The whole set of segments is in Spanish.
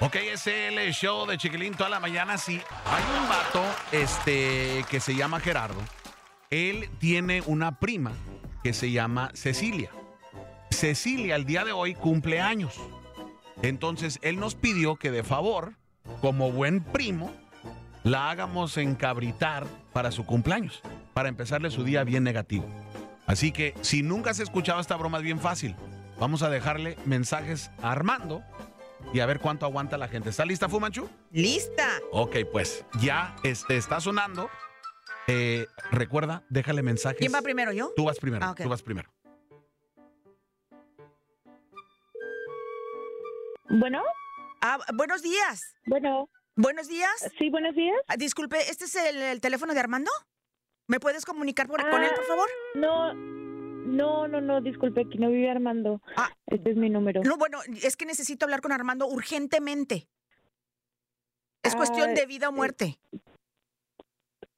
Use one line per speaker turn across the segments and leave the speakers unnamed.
Ok, es el show de Chiquilín toda la mañana. Sí, hay un vato este, que se llama Gerardo. Él tiene una prima que se llama Cecilia. Cecilia, el día de hoy, cumple años. Entonces, él nos pidió que de favor, como buen primo, la hagamos encabritar para su cumpleaños, para empezarle su día bien negativo. Así que, si nunca has escuchado esta broma, es bien fácil. Vamos a dejarle mensajes a Armando y a ver cuánto aguanta la gente. ¿Está lista, Fumanchu?
¡Lista!
Ok, pues ya este, está sonando. Eh, recuerda, déjale mensajes.
¿Quién va primero, yo?
Tú vas primero.
Ah, ok.
Tú vas primero.
Bueno,
Ah, buenos días.
bueno,
Buenos días.
sí, buenos días.
Ah, disculpe, ¿este es el, el teléfono de Armando? ¿Me puedes comunicar por- con él, por favor?
No, no, no, no, disculpe, aquí no vive Armando.
Ah.
Este es mi número.
No, bueno, es que necesito hablar con Armando urgentemente. Es cuestión
Ah,
de vida o muerte.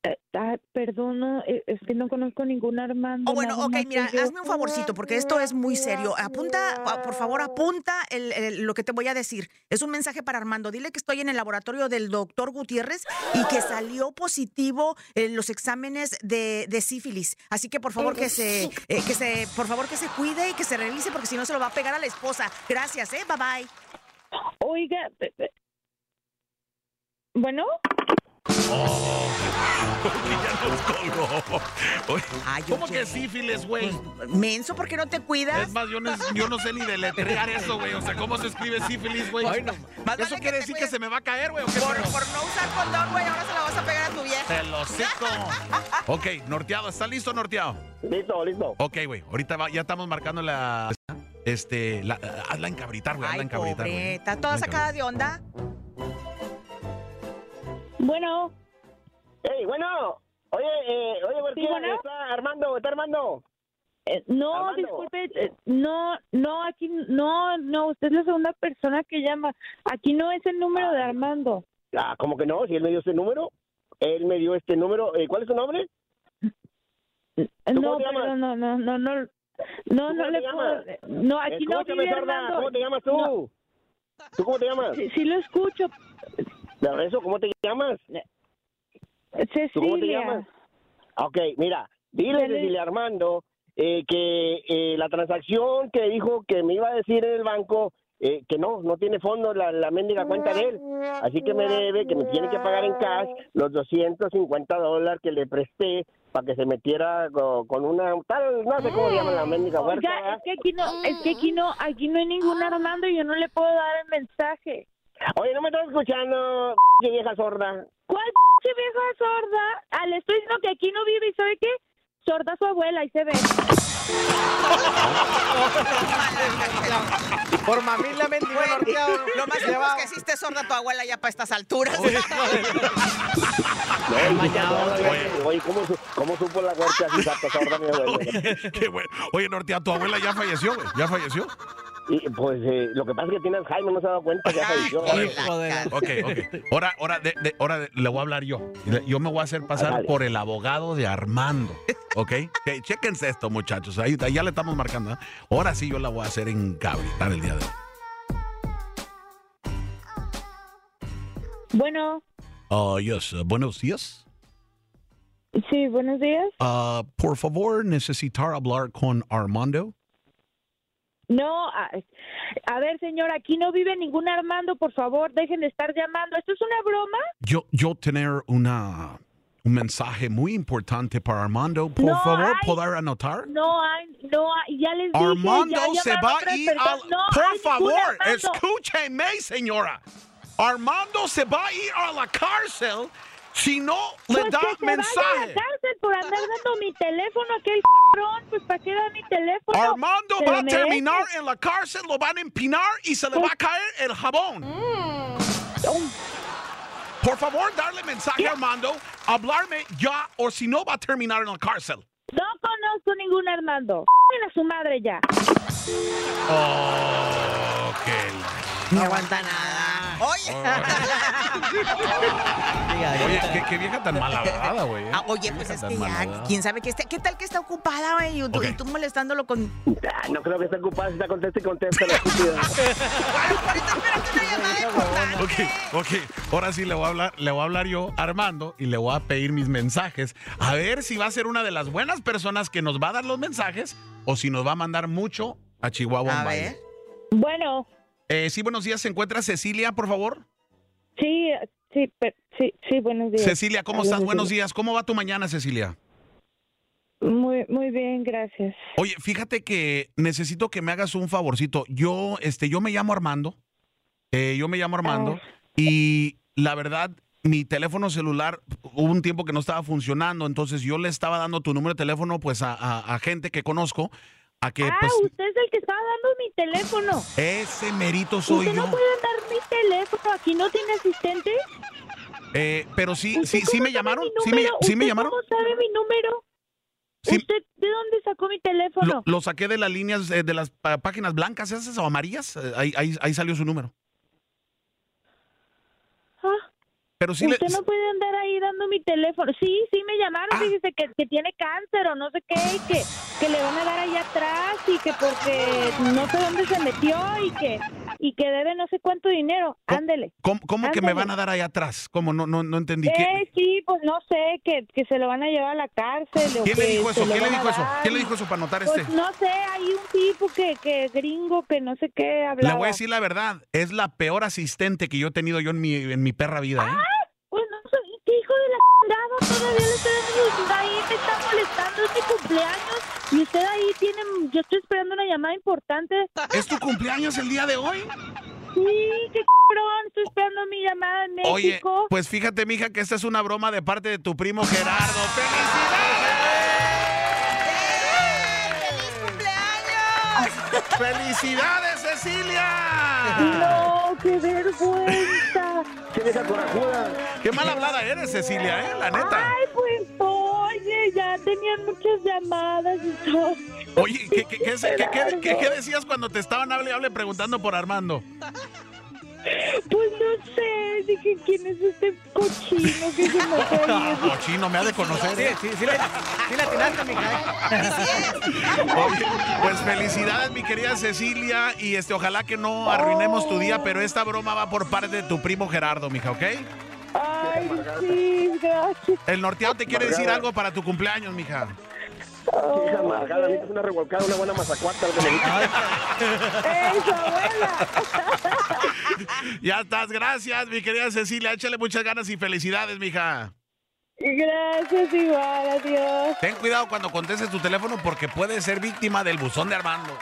Eh, ah, perdón, no, eh, es que no conozco ningún Armando.
Oh, bueno,
nada
ok,
más
mira,
soy yo.
hazme un favorcito porque esto es muy serio. Apunta, ah, por favor, apunta el- el- lo que te voy a decir. Es un mensaje para Armando. Dile que estoy en el laboratorio del doctor Gutiérrez y que salió positivo en los exámenes de, de sífilis. Así que por favor que se, eh, que se, por favor que se cuide y que se realice porque si no se lo va a pegar a la esposa. Gracias, eh, bye bye.
Oiga, pe- pe- bueno,
Porque ya nos colgó. Oye,
Ay, yo
¿Cómo que
llegué.
sífiles, güey?
Pues, Menso, ¿por qué no te cuidas?
Es más, yo no, yo no sé ni deletrear eso, güey. O sea, ¿cómo se escribe sífilis, güey?
Ay, no. Más vale
¿Eso
que
quiere
te
decir que
cuides.
se me va a caer, güey? ¿o qué
Por,
pedo?
por no usar condón, güey, ahora se la vas a pegar a tu vieja.
¡Te lo seco! ok, norteado. ¿Está listo, norteado?
Listo, listo.
Ok, güey. Ahorita va- ya estamos marcando la... Este... La, hazla encabritar, güey. Hazla
Ay,
encabritar,
pobre,
güey.
estás toda
Hazla
sacada de onda.
bueno,
Ey, bueno. Oye, eh, oye, ¿por
Sí,
qué
bueno.
está Armando? ¿Está Armando?
eh, no,
Armando.
disculpe, eh, no, no, aquí, no, no, usted es la segunda persona que llama. Aquí no es el número de Armando.
Ah, ¿cómo que no? Si él me dio este número. Él me dio este número. Eh, ¿Cuál es su nombre?
No,
cómo te llamas?
perdón, no, no, no, no. No,
¿Tú
no
cómo
le
te
puedo.
llamas?
No, aquí no
Escúchame,
vive
sorda,
Armando.
¿Cómo te llamas tú? ¿Tú cómo te llamas?
Sí, sí lo escucho.
Pero Eso, ¿cómo te llamas?
Cecilia.
¿Tú cómo te llamas? Ah, Ok, mira, dile,
Dale.
dile a Armando eh, que eh, la transacción que dijo que me iba a decir en el banco, eh, que no, no tiene fondo la, la mendiga cuenta de él. Así que me debe, que me tiene que pagar en cash los 250 dólares que le presté para que se metiera co- con, una tal, no sé cómo se llama la mendiga huerta.
Oiga,
¿verdad?
es que aquí no, es que aquí no, aquí no hay ningún Armando y yo no le puedo dar el mensaje.
Oye, no me estás escuchando, vieja sorda.
¿Cuál pinche vieja sorda? Ah, le estoy diciendo que aquí no vive y ¿sabe qué? Sorda su abuela y se ve.
Por mami la mendiga norteado.
Lo más seguro es que hiciste sorda a tu abuela ya para estas alturas.
No, oye, oye, ¿cómo, su- ¿cómo supo la huerta así, santa sorda, mi abuelo?
Qué bueno. Oye, norteado, tu abuela ya falleció, güey. Ya falleció.
Y, pues eh, lo que pasa es que tiene Alzheimer, no se ha dado cuenta, ya falleció.
Hijo de la-
Ok, ok. Ahora, ahora, de, de- ahora de- le voy a hablar yo. Le- Yo me voy a hacer pasar
Dale.
por el abogado de Armando. ¿Ok? Que chequense esto, muchachos. Ahí, ahí ya le estamos marcando. ¿eh? Ahora sí yo la voy a hacer en cabritar el día de hoy.
Bueno,
Oh, yes. uh, Buenos días.
sí, buenos días.
Ah, por favor, necesitar hablar con Armando.
No, a, a ver, señor, aquí no vive ningún Armando, por favor, dejen de estar llamando. ¿Esto es una broma?
Yo, yo tener una, un mensaje muy importante para Armando. Por
No
favor,
hay-
poder anotar.
No hay, no hay, ya les dije.
Armando
ya
se
llamaron
va a
otras
ir al...
personas. No hay
Por
ningún
favor,
Armando.
escúcheme, señora. Armando se va a ir a la cárcel si no le
Pues
da
que se vaya a
mensaje.
la cárcel por andar dando mi teléfono, aquel cabrón, pues para qué da mi teléfono.
Armando
Se lo
va a
merece.
terminar en la cárcel, lo van a empinar y se le
Pues
va a caer el jabón.
Mm.
Por favor, darle mensaje a Armando, hablarme ya o si no va a terminar en la cárcel.
No conozco ningún Armando. Ven a su madre ya.
No aguanta nada. Oye,
Oye, qué, qué vieja tan malhadada, güey. eh.
Ah, oye, pues
Qué
es
tan
que ya,
malhadada.
quién sabe qué está, qué tal que está ocupada, güey, y, tú-
Ok.
y tú molestándolo con.
Ah, no creo que esté ocupada, si está contesta y contesta la estúpida.
Ahorita espérate una llamada importante.
Ok, ok. Ahora sí le voy a hablar, le voy a hablar yo, Armando, y le voy a pedir mis mensajes. A ver si va a ser una de las buenas personas que nos va a dar los mensajes o si nos va a mandar mucho a Chihuahua.
A
en baile.
ver.
Bueno,
Eh, sí, buenos días. ¿Se encuentra Cecilia, por favor?
sí, sí, per- sí, sí, buenos días.
Cecilia, ¿cómo
Ah,
estás? Buenos días. ¿Cómo va tu mañana, Cecilia?
Muy, muy bien, gracias.
Oye, fíjate que necesito que me hagas un favorcito. Yo, este, yo me llamo Armando. Eh, yo me llamo Armando.
Oh.
Y la verdad, mi teléfono celular hubo un tiempo que no estaba funcionando. Entonces yo le estaba dando tu número de teléfono pues a, a- a gente que conozco. A que
ah,
pues
usted es el que estaba dando mi teléfono.
ese merito soy
¿Usted
yo.
Pues no puede dar mi teléfono? ¿Aquí no tiene asistente?
Eh, pero sí,
¿Usted
sí, sí
cómo
me
sabe
llamaron.
mi
Sí me,
número?
sí me
¿Usted
llamaron.
¿Cómo sabe mi número?
Sí.
¿Usted de dónde sacó mi teléfono?
Lo, lo saqué de las líneas, eh, de las pa- páginas blancas esas o amarillas. Eh, ahí, ahí, ahí salió su número.
Ah,
Pero sí le,
usted no puede andar ahí dando mi teléfono. Sí, sí me llamaron.
Ah.
Fíjese que, que tiene cáncer o no sé qué, y que, que le van a dar ahí atrás y que porque no sé dónde se metió y que, y que debe no sé cuánto dinero.
Co-
Ándele.
¿Cómo, cómo que me
Ándale.
van a dar ahí atrás? ¿Cómo? No, no, no entendí. ¿Quién,
Eh, sí, pues no sé, que, que se lo van a llevar a la cárcel. o
quién le
que
dijo
se
eso?
lo
¿Quién le
van a
dijo eso?
dar.
¿Quién le dijo eso para anotar
Pues
este?
no sé, hay un tipo que, que gringo que no sé qué hablaba.
Le voy a decir la verdad, es la peor asistente que yo he tenido yo en mi, en mi perra vida. ¿eh?
Pues no sé, ¿qué hijo de la chingada? Todavía le estoy dando ahí, me está molestando, es mi cumpleaños. Y usted ahí tiene, yo estoy esperando una llamada importante.
¿Es tu cumpleaños el día de hoy?
Sí, qué cabrón, estoy esperando mi llamada en
Oye,
México.
pues fíjate, mija, que esta es una broma de parte de tu primo Gerardo. ¡Felicidades!
¡Feliz cumpleaños!
¡Felicidades, Cecilia!
No, qué vergüenza.
¿Quién es esa corajuda?
Qué mal hablada eres, Cecilia, ¿eh? La neta.
Ay, pues, oye, ya tenían muchas llamadas y todo.
Oye, ¿qué, qué, qué, qué- qué- qué- qué decías cuando te estaban hable, y hable preguntando por Armando?
Pues no sé, dije, ¿quién es este cochino que se me fue ahí?
Ah, Cochino, me ha de conocer.
Sí,
¿eh?
sí, sí, le- sí la tiraste, mija. ¿eh?
Oye, pues felicidades, mi querida Cecilia. Y este, ojalá que no arruinemos tu día, pero esta broma va por parte de tu primo Gerardo, mija, ¿ok?
Ay, sí, gracias.
El norteado te quiere decir
Margarita.
algo para tu cumpleaños, mija.
Qué hija amargada, necesitas una revolcada, una buena mazacuata, lo que necesitas.
Eso, abuela.
Ya estás, gracias, mi querida Cecilia. Échale muchas ganas y felicidades, mija.
Gracias igual, adiós.
Ten cuidado cuando contestes tu teléfono porque puedes ser víctima del buzón de Armando.